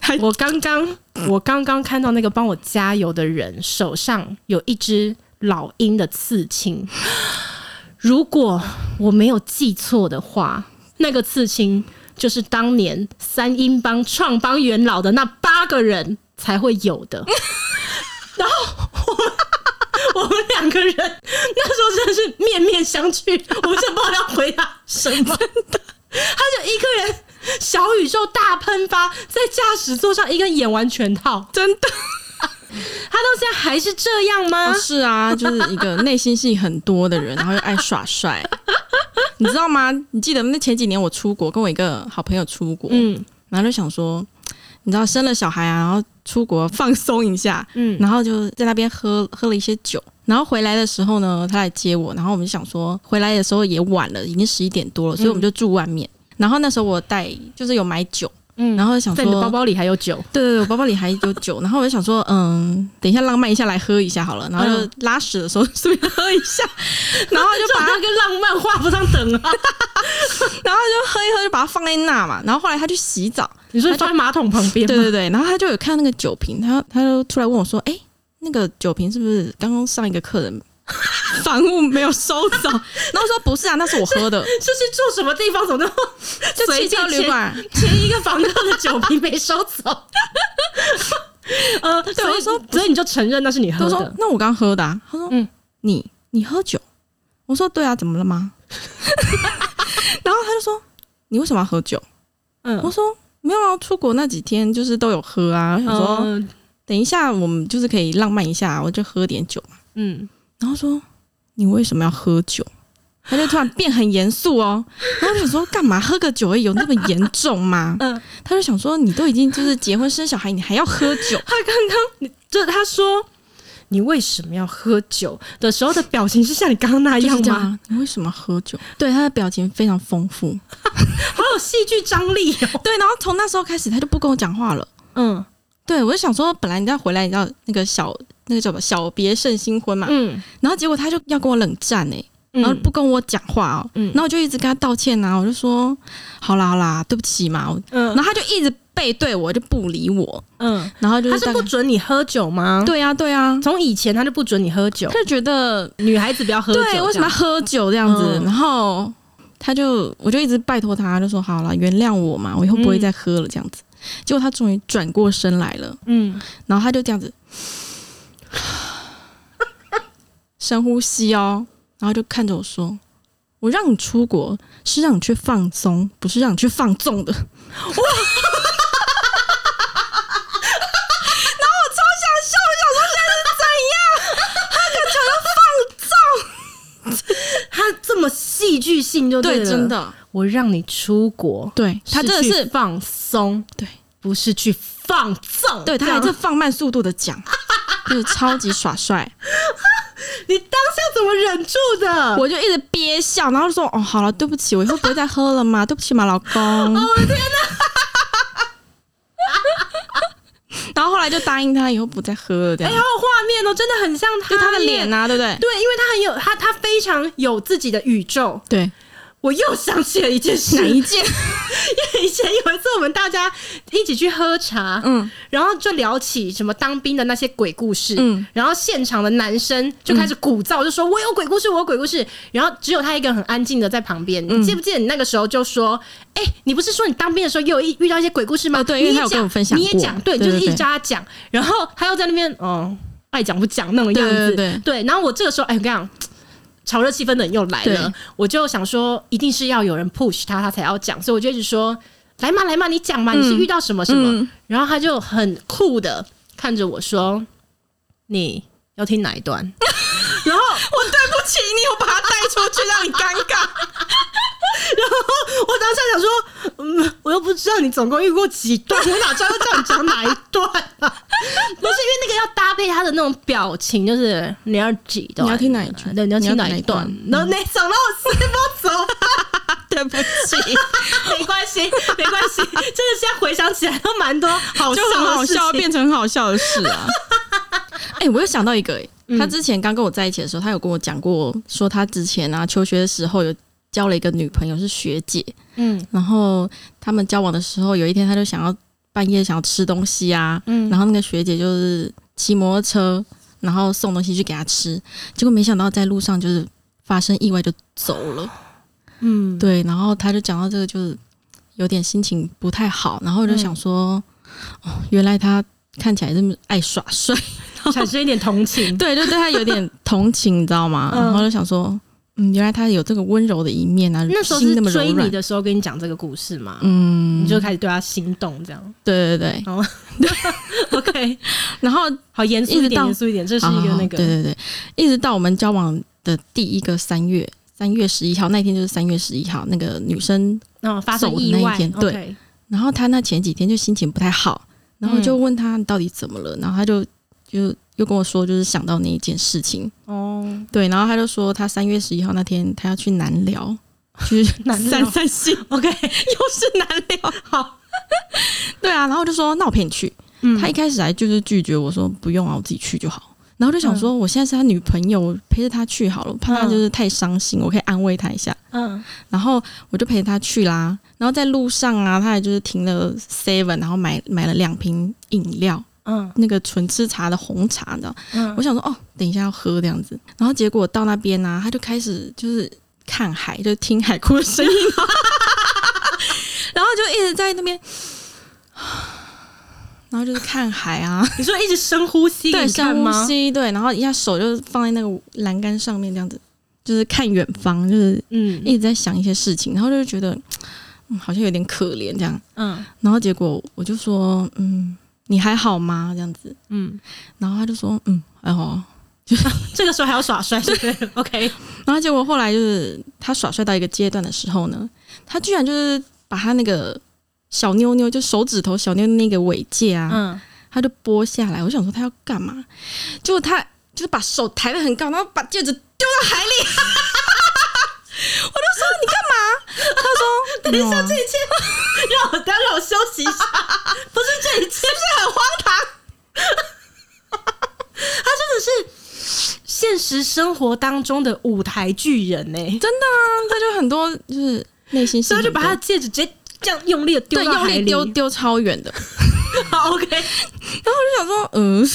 Speaker 2: 还：“
Speaker 1: 我刚刚我刚刚看到那个帮我加油的人手上有一只老鹰的刺青，如果我没有记错的话，那个刺青就是当年三鹰帮创帮元老的那八个人才会有的。”然后我我们两个人那时候真的是面面相觑，我们真的不知道要回答什么。他就一个人小宇宙大喷发，在驾驶座上一个人演完全套，
Speaker 2: 真的？
Speaker 1: 他到现在还是这样吗
Speaker 2: 哦，？是啊，就是一个内心戏很多的人，然后又爱耍帅，你知道吗？你记得那前几年我出国，跟我一个好朋友出国，
Speaker 1: 嗯
Speaker 2: 然后就想说，你知道生了小孩啊，然后出国放松一下，
Speaker 1: 嗯
Speaker 2: 然后就在那边喝喝了一些酒，然后回来的时候呢，他来接我，然后我们就想说回来
Speaker 1: 嗯
Speaker 2: 的时候也晚了，已经十一点多了，所以我们就住外面。然后那时候我带就是有买酒，
Speaker 1: 嗯，
Speaker 2: 然后想
Speaker 1: 在
Speaker 2: 说
Speaker 1: 你的包包里还有酒，
Speaker 2: 对对对，我包包里还有酒，然后我就想说，嗯，等一下浪漫一下来喝一下好了，然后就拉屎的时候顺便喝一 下，然后就把它，
Speaker 1: 跟浪漫画不上等啊！
Speaker 2: 然后就喝一喝，就把它放在那嘛。然后后来他去洗澡，
Speaker 1: 你说放在马桶旁边
Speaker 2: 对
Speaker 1: 吗？
Speaker 2: 对对，然后他就有看那个酒瓶，他他就突然问我说，哎、那个酒瓶是不是刚刚上一个客人 房务没有收走？然后我说不是啊，那是我喝的，
Speaker 1: 这是住什么地方？怎么
Speaker 2: 就
Speaker 1: 随便
Speaker 2: 七家旅
Speaker 1: 签
Speaker 2: 馆。
Speaker 1: 前一个房客的酒瓶被收走？ 呃，
Speaker 2: 我
Speaker 1: 所以
Speaker 2: 就说
Speaker 1: 所以你就承认那是你
Speaker 2: 他
Speaker 1: 喝
Speaker 2: 说
Speaker 1: 的，
Speaker 2: 那我刚喝的、啊，他说
Speaker 1: 嗯
Speaker 2: 嗯，你你喝酒？我说对啊，怎么了吗？ 然后他就说你为什么要喝酒？我
Speaker 1: 嗯，
Speaker 2: 说没有啊，出国那几天就是都有喝啊。我想说、
Speaker 1: 嗯
Speaker 2: 等一下我们就是可以浪漫一下，我就喝点酒嘛。
Speaker 1: 嗯，
Speaker 2: 然后说你为什么要喝酒？他就突然变很严肃哦，然后我想说干嘛喝个酒而已有那么严重 吗？
Speaker 1: 嗯
Speaker 2: 他就想说你都已经就是结婚生小孩，你还要喝酒？
Speaker 1: 他刚刚就他说你为什么要喝酒的时候的表情是像你刚刚那
Speaker 2: 就是
Speaker 1: 样
Speaker 2: 这样
Speaker 1: 吗？
Speaker 2: 啊，你为什么喝酒？对，他的表情非常丰富。
Speaker 1: 好有戏剧张力哦。
Speaker 2: 对，然后从那时候开始，他就不跟我讲话了。
Speaker 1: 嗯
Speaker 2: 对，我就想说，本来你要回来，你知道那个小那个叫什么小别胜新婚嘛，
Speaker 1: 嗯，
Speaker 2: 然后结果他就要跟我冷战哎、然后不跟我讲话哦、
Speaker 1: 嗯
Speaker 2: 然后我就一直跟他道歉呐、我就说好啦好啦，对不起嘛，我
Speaker 1: 嗯
Speaker 2: 然后他就一直背对我，就不理我，
Speaker 1: 嗯，
Speaker 2: 然后就
Speaker 1: 他
Speaker 2: 是
Speaker 1: 是
Speaker 2: 大概
Speaker 1: 不准你喝酒吗？，
Speaker 2: 对啊对啊，
Speaker 1: 从以前他就不准你喝酒
Speaker 2: 他，就觉得
Speaker 1: 女孩子不要喝酒这样。
Speaker 2: 对为什么要喝酒这样子，
Speaker 1: 嗯
Speaker 2: 然后他就我就一直拜托他，就说好啦，原谅我嘛，我以后不会
Speaker 1: 嗯
Speaker 2: 再喝了这样子。结果他终于转过身来了。
Speaker 1: 嗯，
Speaker 2: 然后他就这样子深呼吸哦，然后就看着我说：“我让你出国是让你去放松，不是让你去放纵的。”哇！然后我超想笑，我想说现在是怎样？
Speaker 1: 他这么戏剧性就
Speaker 2: 哦对，
Speaker 1: 了
Speaker 2: 真，的，
Speaker 1: 我让你出国，
Speaker 2: 对他真的
Speaker 1: 去
Speaker 2: 是，
Speaker 1: 放松，
Speaker 2: 对，
Speaker 1: 不是去放纵。
Speaker 2: 对他还
Speaker 1: 这
Speaker 2: 是
Speaker 1: 样
Speaker 2: 放慢速度的讲，就是超级耍 帅。
Speaker 1: 你当下怎么忍住的？
Speaker 2: 我就一直憋笑，然后就说：“哦，好了，对不起，我以后不会再喝了嘛，对不起嘛，老公。”哦，我的天哪！ 然后后来就答应他以后不再喝了，这
Speaker 1: 哎，
Speaker 2: 样、
Speaker 1: 好有画面哦，真的很像他
Speaker 2: 就他的
Speaker 1: 耶
Speaker 2: 脸啊，对不对？
Speaker 1: 对，因为他很有他，他非常有自己的宇宙。
Speaker 2: 对，
Speaker 1: 我又想起了一件事，
Speaker 2: 哪
Speaker 1: 因
Speaker 2: 一件？
Speaker 1: 为以前有一次我们大家一起去喝茶，
Speaker 2: 嗯
Speaker 1: 然后就聊起什么当兵的那些鬼故事，
Speaker 2: 嗯
Speaker 1: 然后现场的男生就开始鼓噪，就说我有鬼故事，我有鬼故事，然后只有他一个人很安静的在旁边。
Speaker 2: 嗯
Speaker 1: 你记不记得你那个时候就说，哎、你不是说你当兵的时候也有一遇到一些鬼故事吗？
Speaker 2: 哦对
Speaker 1: 你
Speaker 2: 因为
Speaker 1: 也
Speaker 2: 他有
Speaker 1: 讲
Speaker 2: 跟我分享
Speaker 1: 你也
Speaker 2: 过
Speaker 1: 讲，对，
Speaker 2: 对
Speaker 1: 就是一
Speaker 2: 对
Speaker 1: 直
Speaker 2: 对
Speaker 1: 叫他讲，然后他又在那边哦，爱讲不讲那种样
Speaker 2: 对
Speaker 1: 子，
Speaker 2: 对对
Speaker 1: 对，然后我这个时候，哎，我跟你讲，炒热气氛的人又来了
Speaker 2: 对，
Speaker 1: 我就想说，一定是要有人 push 他，他才要讲，所以我就一直说，来嘛，来嘛，你讲嘛，你是遇到什么什么？
Speaker 2: 嗯
Speaker 1: 然后他就很酷的看着我说，你要听哪一段？ 然后
Speaker 2: 我对不起你，我把他带出去，让你尴 尬。
Speaker 1: 我当下想说，嗯，我又不知道你总共遇过几段，我哪知道要叫你讲哪一段啊？ 不是因为那个要搭配他的那种表情，就是你要几段，
Speaker 2: 你要听哪一 句
Speaker 1: 对，你要听哪一段
Speaker 2: 你，
Speaker 1: 然后那种让我睡不着。
Speaker 2: 对不 起，
Speaker 1: 没关系，没关系，真 的现在回想起来都蛮多好
Speaker 2: 就
Speaker 1: 笑
Speaker 2: 很
Speaker 1: 的
Speaker 2: 好
Speaker 1: 事
Speaker 2: 笑，
Speaker 1: 情
Speaker 2: 变成很好笑的事 啊。哎、我又想到一个、哎
Speaker 1: 嗯
Speaker 2: 他之前刚跟我在一起的时候，他有跟我讲过，说他之前啊求学的时候有交了一个女朋友是学姐，
Speaker 1: 嗯
Speaker 2: 然后他们交往的时候，有一天他就想要半夜想要吃东西啊，
Speaker 1: 嗯
Speaker 2: 然后那个学姐就是骑摩托车，然后送东西去给他吃，结果没想到在路上就是发生意外就走了。
Speaker 1: 嗯，
Speaker 2: 对，然后他就讲到这个，就是有点心情不太好，然后我就
Speaker 1: 嗯
Speaker 2: 想说，哦，原来他看起来这么爱耍帅，
Speaker 1: 产生一点同情。
Speaker 2: 对，就对他有点同情，你知道吗？
Speaker 1: 嗯
Speaker 2: 然后就想说，嗯，原来他有这个温柔的一面啊，
Speaker 1: 那时候
Speaker 2: 心
Speaker 1: 是
Speaker 2: 那么柔
Speaker 1: 追你
Speaker 2: 软，
Speaker 1: 的时候跟你讲这个故事嘛，
Speaker 2: 嗯
Speaker 1: 你，就开始对他心动，这样。
Speaker 2: 对对对，
Speaker 1: OK，
Speaker 2: 然后
Speaker 1: 好严肃
Speaker 2: 一
Speaker 1: 一
Speaker 2: 直
Speaker 1: 点，
Speaker 2: 到
Speaker 1: 严肃一点，这是
Speaker 2: 好
Speaker 1: 一个
Speaker 2: 好
Speaker 1: 那
Speaker 2: 对
Speaker 1: 个
Speaker 2: 对对，一直到我们交往的第一个三月，三月十一号那天就是三月十一号，那个女生，
Speaker 1: 嗯发生
Speaker 2: 走的
Speaker 1: 意
Speaker 2: 那一
Speaker 1: 外
Speaker 2: 天，对
Speaker 1: OK，
Speaker 2: 然后她那前几天就心情不太好，然后就问她你到底怎么了，然后她就就又跟我说，就是想到那一件事情，
Speaker 1: 哦，
Speaker 2: 对，然后她就说她三月十一号那天她要去南寮，就是
Speaker 1: 南寮
Speaker 2: 散散心，
Speaker 1: OK，
Speaker 2: 又是南寮，
Speaker 1: 好，
Speaker 2: 啊，然后我就说那我陪你去。
Speaker 1: 嗯
Speaker 2: 他一开始还就是拒绝我说不用啊，我自己去就好。然后我就想说，我现在是他女朋友，我陪着他去好了，我怕他就是太伤心，我可以安慰他一下。
Speaker 1: 嗯
Speaker 2: 然后我就陪他去啦。然后在路上啊，他也就是停了 Seven，然后买买了两瓶饮料，
Speaker 1: 嗯
Speaker 2: 那个纯吃茶的红茶，你知道？
Speaker 1: 嗯
Speaker 2: 我想说哦，等一下要喝这样子。然后结果到那边呢、他就开始就是看海，就听海哭的声音， 然后就一直在那边。然后就是看海啊，
Speaker 1: 你说一直深呼吸给
Speaker 2: 对，
Speaker 1: 你看
Speaker 2: 深呼
Speaker 1: 吗？
Speaker 2: 吸，对，然后一下手就放在那个栏杆上面，这样子，就是看远方，就是
Speaker 1: 嗯
Speaker 2: 一直在想一些事情，然后就觉得、嗯、好像有点可怜这样。
Speaker 1: 嗯
Speaker 2: 然后结果我就说，嗯，你还好吗？这样子，
Speaker 1: 嗯，
Speaker 2: 然后他就说，嗯，还好啊。
Speaker 1: 这个时候还要耍帅，对 不对？OK，
Speaker 2: 然后结果后来就是他耍帅到一个阶段的时候呢，他居然就是把他那个小妞妞，就手指头小妞妞那个尾戒啊，
Speaker 1: 嗯，
Speaker 2: 他就剥下来。我想说他要干嘛？结果他就是把手抬得很高，然后把戒指丢到海里。 我就说你干嘛？他说等一嗯下这
Speaker 1: 让我等下让我休息一下， 不是这一切，是不是很荒唐？ 他真的是现实生活当中的舞台巨人呢、欸
Speaker 2: 真的啊，他就很多就是内心戏
Speaker 1: 所以
Speaker 2: 很
Speaker 1: 他
Speaker 2: 多，
Speaker 1: 就把他的戒指直接这样用力的丢
Speaker 2: 对
Speaker 1: 到
Speaker 2: 用
Speaker 1: 海
Speaker 2: 力
Speaker 1: 里，
Speaker 2: 丢丢超远 的。
Speaker 1: 好 OK，
Speaker 2: 我想说，嗯，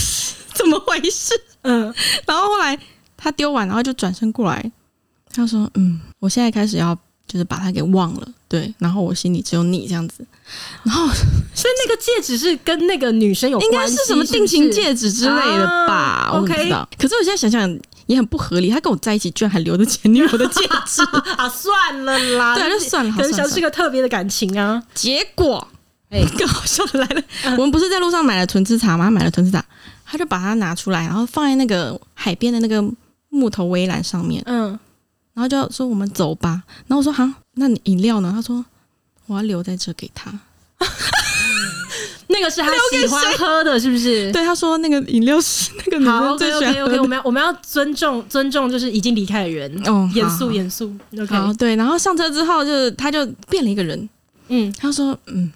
Speaker 2: 怎么回事？
Speaker 1: 嗯，
Speaker 2: 然后后来他丢完，然后就转身过来，他就说：“嗯，我现在开始要就是把他给忘了，对，然后我心里只有你这样子。”然后
Speaker 1: 所以那个戒指是跟那个女生有
Speaker 2: 应该
Speaker 1: 关系
Speaker 2: 是什么定情？戒指之类的吧，
Speaker 1: 啊
Speaker 2: 我不知道。可是我现在想想也很不合理，他跟我在一起居然还留着前女友的戒指，
Speaker 1: 是不是啊，算了啦，
Speaker 2: 对，就算了，好
Speaker 1: 可能
Speaker 2: 算
Speaker 1: 想
Speaker 2: 了。
Speaker 1: 是个特别的感情啊。
Speaker 2: 结果，
Speaker 1: 哎
Speaker 2: 更好笑的来了，我们不是在路上买了纯芝茶吗？买了纯芝茶，他就把它拿出来，然后放在那个海边的那个木头围栏上面。
Speaker 1: 嗯，
Speaker 2: 然后就说我们走吧。然后我说好，那你饮料呢？他说我要留在这给他。
Speaker 1: 那个是他
Speaker 2: 留
Speaker 1: 喜
Speaker 2: 给谁
Speaker 1: 欢喝的，是不是？
Speaker 2: 对，他说那个饮料是那个女
Speaker 1: 好
Speaker 2: 生最
Speaker 1: ，OK
Speaker 2: 喜欢
Speaker 1: OK
Speaker 2: 喝
Speaker 1: OK，我
Speaker 2: 的。
Speaker 1: 们要我们要尊重尊重，就是已经离开的人，
Speaker 2: 哦，
Speaker 1: 严
Speaker 2: 好
Speaker 1: 肃。严肃，OK，
Speaker 2: 好好，对。然后上车之后就是他就变了一个人，
Speaker 1: 嗯
Speaker 2: 他说嗯。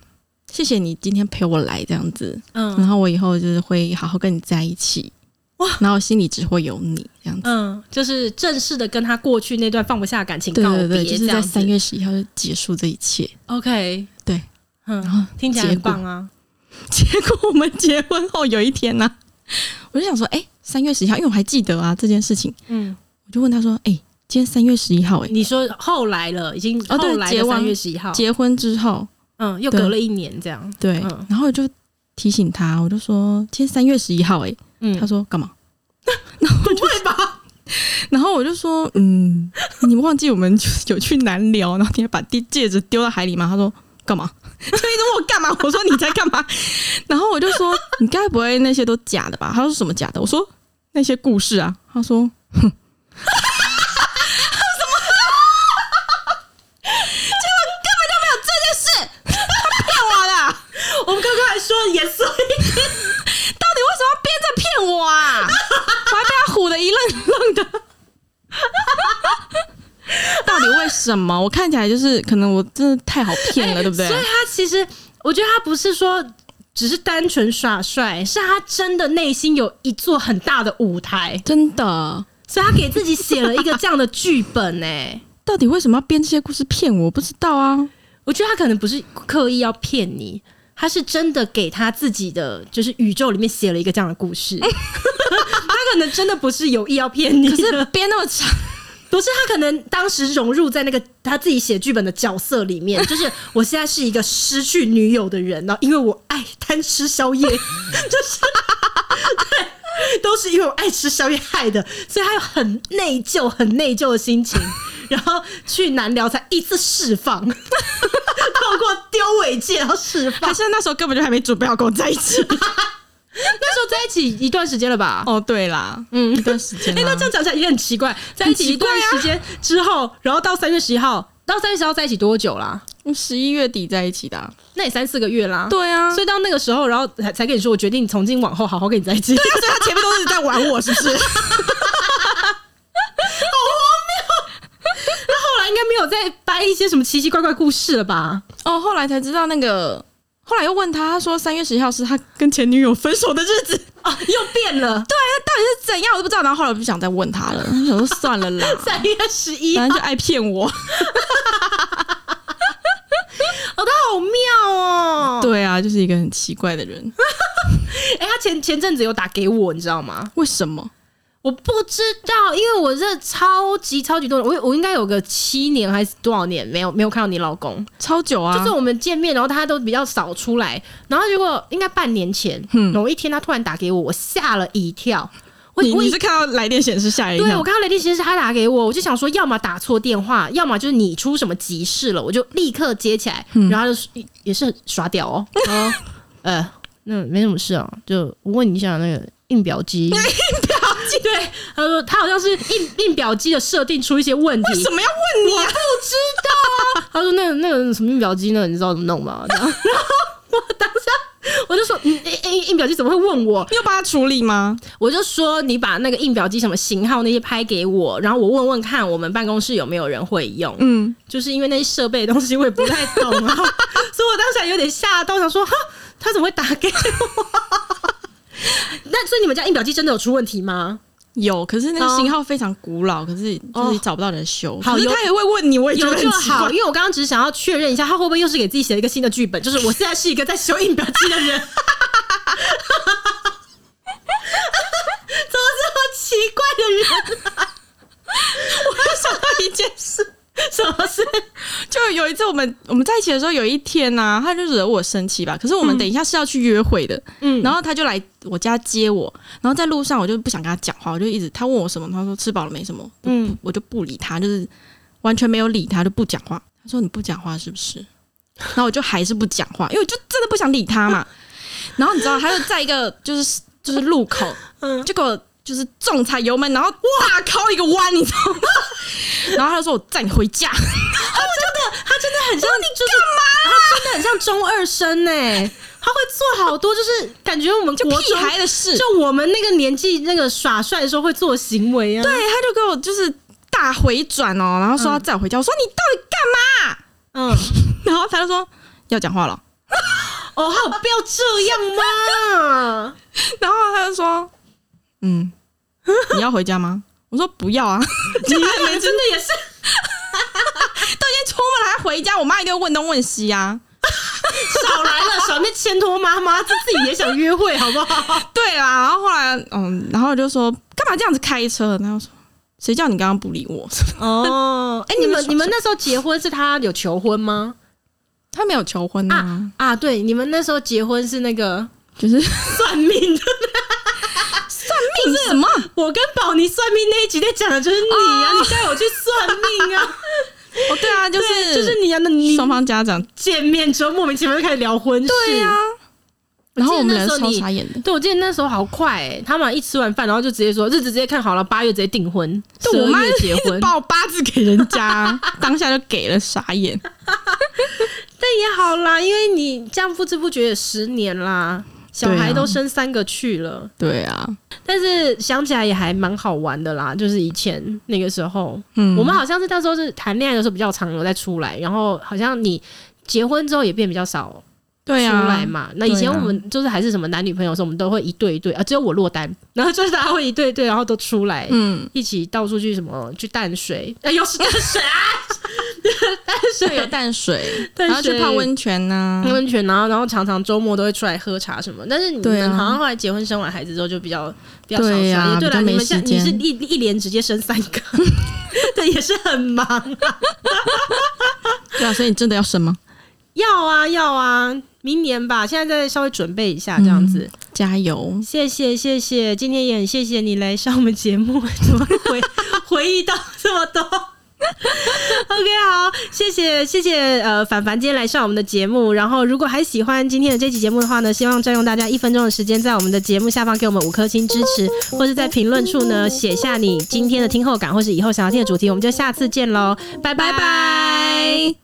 Speaker 2: 谢谢你今天陪我来这样子，然
Speaker 1: 嗯
Speaker 2: 后我以后就是会好好跟你在一起，
Speaker 1: 哇！
Speaker 2: 然后我心里只会有你这样子。
Speaker 1: 嗯，就是正式的跟他过去那段放不下的感情
Speaker 2: 对
Speaker 1: 告
Speaker 2: 对
Speaker 1: 别，
Speaker 2: 对，就是
Speaker 1: 这
Speaker 2: 在
Speaker 1: 样子
Speaker 2: 三月十一号就结束这一切。
Speaker 1: OK，
Speaker 2: 对，然
Speaker 1: 嗯，
Speaker 2: 后
Speaker 1: 听起来
Speaker 2: 结
Speaker 1: 很
Speaker 2: 果
Speaker 1: 棒啊，
Speaker 2: 结果我们结婚后有一天呢、我就想说，哎、三月十一号，因为我还记得啊这件事情，
Speaker 1: 嗯，
Speaker 2: 我就问他说，哎、今天三月十一号、哎诶
Speaker 1: 你说后来了，已经
Speaker 2: 哦对
Speaker 1: 后来
Speaker 2: 结
Speaker 1: 的
Speaker 2: 完
Speaker 1: 三月十一号，
Speaker 2: 结婚之后，
Speaker 1: 嗯，又
Speaker 2: 对
Speaker 1: 隔了一年这样，
Speaker 2: 对，
Speaker 1: 嗯
Speaker 2: 然后我就提醒他，我就说今天三月十一号、诶哎
Speaker 1: 嗯
Speaker 2: 他，说干嘛？
Speaker 1: 不会吧？
Speaker 2: 然后我就说，嗯，你忘记我们就有去南寮，然后你还把戒戒指丢到海里吗？他说干嘛？就一直问我干嘛？我说你在干嘛？ 然后我就说你该不会那些都假的吧？他说什么假的？我说那些故事啊。他说哼。
Speaker 1: 我们刚刚还说严肃一点，
Speaker 2: 到底为什么要编着骗我啊？ 我还被他唬得一愣一愣的。 到底为什么？我看起来就是可能我真的太好骗了，对不对？
Speaker 1: 所以他其实，我觉得他不是说只是单纯耍帅，是他真的内心有一座很大的舞台，
Speaker 2: 真的，
Speaker 1: 所以他给自己写了一个这样的剧本欸呢、
Speaker 2: 到底为什么要编这些故事骗我？我不知道啊。
Speaker 1: 我觉得他可能不是刻意要骗你，他是真的给他自己的就是宇宙里面写了一个这样的故事。 他可能真的不是有意要骗你
Speaker 2: 可是
Speaker 1: 的，
Speaker 2: 编那么长，
Speaker 1: 不是他可能当时融入在那个他自己写剧本的角色里 面，就是我现在是一个失去女友的人，然后因为我爱贪吃宵夜， 就是。对，都是因为我爱吃宵夜害的，所以他有很内疚、很内疚的心 情，然后去南寮才一次释放， 透过丢尾戒然后释放
Speaker 2: 还。是那时候根本就还没准备好跟我在一起。
Speaker 1: 那时候在一起一段时间了吧？
Speaker 2: 哦，对啦，嗯，一段时间
Speaker 1: 哎、
Speaker 2: 啦。
Speaker 1: 那这样讲起来也很奇怪，啊在一起一段时间之后，然后到三月十一号，到三月十号在一起多久啦？
Speaker 2: 我十一月底在一起的啊、
Speaker 1: 那也三四个月啦。、
Speaker 2: 对啊，
Speaker 1: 所以到那个时候，然后才才跟你说，我决定从今往后好好跟你在一起。
Speaker 2: 对啊，所以他前面都是在玩我，是不 是？
Speaker 1: 那后来应该没有再掰一些什么奇奇怪怪故事了吧？
Speaker 2: 哦，后来才知道那个后来又问他，他说三月十一号是他跟前女友分手的日子，
Speaker 1: 哦，又变了， 对，
Speaker 2: 是怎样我都不知道。然后后来我不想再问他了， 想说算了 啦，
Speaker 1: 三月十 一，
Speaker 2: 反正就爱骗我。
Speaker 1: 哦，他好妙哦。
Speaker 2: 对啊，就是一个很奇怪的人。
Speaker 1: 哎、他前前阵子有打给我，你知道吗？
Speaker 2: 为什么？
Speaker 1: 我不知道，因为我这超级超级多，我我应该有个七年还是多少年没有没有看到你老公，
Speaker 2: 超久啊！
Speaker 1: 就是我们见面，然后他都比较少出来，然后结果应该半年前，某一天他突然打给我，我吓了一跳，我
Speaker 2: 你
Speaker 1: 我
Speaker 2: 你
Speaker 1: 以
Speaker 2: 是看到来电显示吓一
Speaker 1: 对
Speaker 2: 跳
Speaker 1: 我，看到雷电其实是他打给我，我就想说，要么打错电话，要么就是你出什么急事了，我就立刻接起来，然后他就是也是很耍屌嗯 哦，然后呃，那没什么事啊，就我问你一下那个印表机， 印表机，对，他说他好像是印印表机的设定出一些问题，
Speaker 2: 为什么要问你啊？
Speaker 1: 他说那个那个什么印表机呢？你知道怎么弄吗？这样，然后我当下我就说，嗯，印印印表机怎么会问我？
Speaker 2: 你有帮他处理吗？
Speaker 1: 我就说你把那个印表机什么型号那些拍给我，然后我问问看我们办公室有没有人会用。
Speaker 2: 嗯，
Speaker 1: 就是因为那些设备的东西我也不太 懂啊，所以我当下有点吓到，想说哈，他怎么会打给我？ 那所以你们家印表机真的有出问题吗？
Speaker 2: 有，可是那
Speaker 1: 哦
Speaker 2: 个型号非常古老，可是就是找不到人修。
Speaker 1: 好
Speaker 2: 可是
Speaker 1: 有
Speaker 2: 他也会问你，我也觉
Speaker 1: 有
Speaker 2: 得很
Speaker 1: 就
Speaker 2: 奇怪
Speaker 1: 好，。因为我刚刚只是想要确认一下，他会不会又是给自己写了一个新的剧本，就是我现在是一个在修印表机的 人。怎么这么奇怪的人？
Speaker 2: 我又想到一件事，
Speaker 1: 什么事？
Speaker 2: 就有一次我们我们在一起的时候，有一天呢、他就惹我生气吧。可是我们等一下是要去约会的，
Speaker 1: 嗯
Speaker 2: 然后他就来我家接我，然后在路上我就不想跟他讲话，我就一直他问我什么，他说吃饱了没什么，
Speaker 1: 嗯，
Speaker 2: 我就不理他，就是完全没有理他，就不讲话。他说你不讲话是不是？ 然后我就还是不讲话，因为我就真的不想理他嘛。 然后你知道，他就在一个就是就是路口，
Speaker 1: 嗯
Speaker 2: 结果就是重踩油门，然后哇靠一个弯，你知道吗？ 然后他就说我载你回 家，
Speaker 1: 他真的很像，就是
Speaker 2: 啊
Speaker 1: 他真的很像中二生 呢、他会做好多，就是感觉我们
Speaker 2: 就
Speaker 1: 国
Speaker 2: 屁
Speaker 1: 中，
Speaker 2: 孩的事。
Speaker 1: 就我们那个年纪，那个耍帅的时候会做的行为啊。
Speaker 2: 对，，他就给我就是大回转哦，然后说要载我回家，我说你到底干嘛？
Speaker 1: 嗯，
Speaker 2: 然后他就说要讲话了。
Speaker 1: 哦，还有必要这样 吗？
Speaker 2: 然后他就说：“嗯， 你要回家吗？”我说：“不要啊，
Speaker 1: 你们真的也是，
Speaker 2: 都已经出门了还回家，我妈一定会问东问西啊。
Speaker 1: 少来了，少面牵拖妈妈，这自己也想约会，好不 好？”
Speaker 2: 对啊啦，然后后来嗯，然后我就说：“干嘛这样子开车？”然后说：“谁叫你刚刚不理我
Speaker 1: 哦，哎、你
Speaker 2: 那个
Speaker 1: 们
Speaker 2: 耍
Speaker 1: 你们那时候结婚是他有求婚吗？？”
Speaker 2: 他没有求婚啊，
Speaker 1: 啊，对，你们那时候结婚是那 个
Speaker 2: 就是
Speaker 1: 算 命的，
Speaker 2: 命什么？
Speaker 1: 我跟宝妮算命那一集在讲的就是你啊，你带我去算命啊，
Speaker 2: 哦，对啊，就 是
Speaker 1: 就是你啊，那你
Speaker 2: 双方家长
Speaker 1: 见面之后莫名其妙就开始聊婚事，
Speaker 2: 对啊。然后我们俩
Speaker 1: 我记得那时候
Speaker 2: 超
Speaker 1: 你
Speaker 2: 傻眼的，
Speaker 1: 对，我记得那时候好快、欸，他们好像一吃完饭，然后就直接说日子直接看好了，八月直接订婚，十
Speaker 2: 对我
Speaker 1: 二
Speaker 2: 妈
Speaker 1: 月结 婚，
Speaker 2: 报八字给人家， 当下就给了傻眼。
Speaker 1: 但也好啦，因为你这样不知不觉也十年啦，小
Speaker 2: 对啊
Speaker 1: 孩都生三个去了，
Speaker 2: 对啊，
Speaker 1: 但是想起来也还蛮好玩的啦。就是以前那个时候，
Speaker 2: 嗯，
Speaker 1: 我们好像是那时候是谈恋爱的时候比较常有在出来，然后好像你结婚之后也变比较少出
Speaker 2: 对啊，
Speaker 1: 来嘛。那以前
Speaker 2: 对啊
Speaker 1: 我们就是还是什么男女朋友的时候，我们都会一对一对啊，只有我落单， 然后就是大家会一对一对，然后都出来，
Speaker 2: 嗯，
Speaker 1: 一起到处去什么去淡水，哎、又是淡水啊， 淡
Speaker 2: 对，
Speaker 1: 水
Speaker 2: 有 淡水，
Speaker 1: 淡水
Speaker 2: 然后去泡温泉啊呐、
Speaker 1: 温泉，啊然后然后常常周末都会出来喝茶什么。但是你
Speaker 2: 对啊
Speaker 1: 们好像后来结婚生完孩子之后就比较比较少出
Speaker 2: 对
Speaker 1: 来，
Speaker 2: 啊
Speaker 1: 对
Speaker 2: 比
Speaker 1: 啦，
Speaker 2: 较
Speaker 1: 你
Speaker 2: 没
Speaker 1: 们
Speaker 2: 时
Speaker 1: 像你
Speaker 2: 间
Speaker 1: 是一一连直接生三个， 对，也是很忙啊。
Speaker 2: 对啊，所以你真的要生吗？
Speaker 1: 要啊要啊，明年吧，现在再稍微准备一下这样子。
Speaker 2: 加油！
Speaker 1: 谢谢谢谢，今天也很谢谢你来上我们节目， 怎么回回忆到这么多？OK，好，谢谢谢谢呃凡凡今天来上我们的节目，然后如果还喜欢今天的这期节目的话呢，希望占用大家一分钟的时间，在我们的节目下方给我们五颗星支持，或是在评论处呢写下你今天的听后感，或是以后想要听的主题，我们就下次见喽，拜拜
Speaker 2: 拜拜。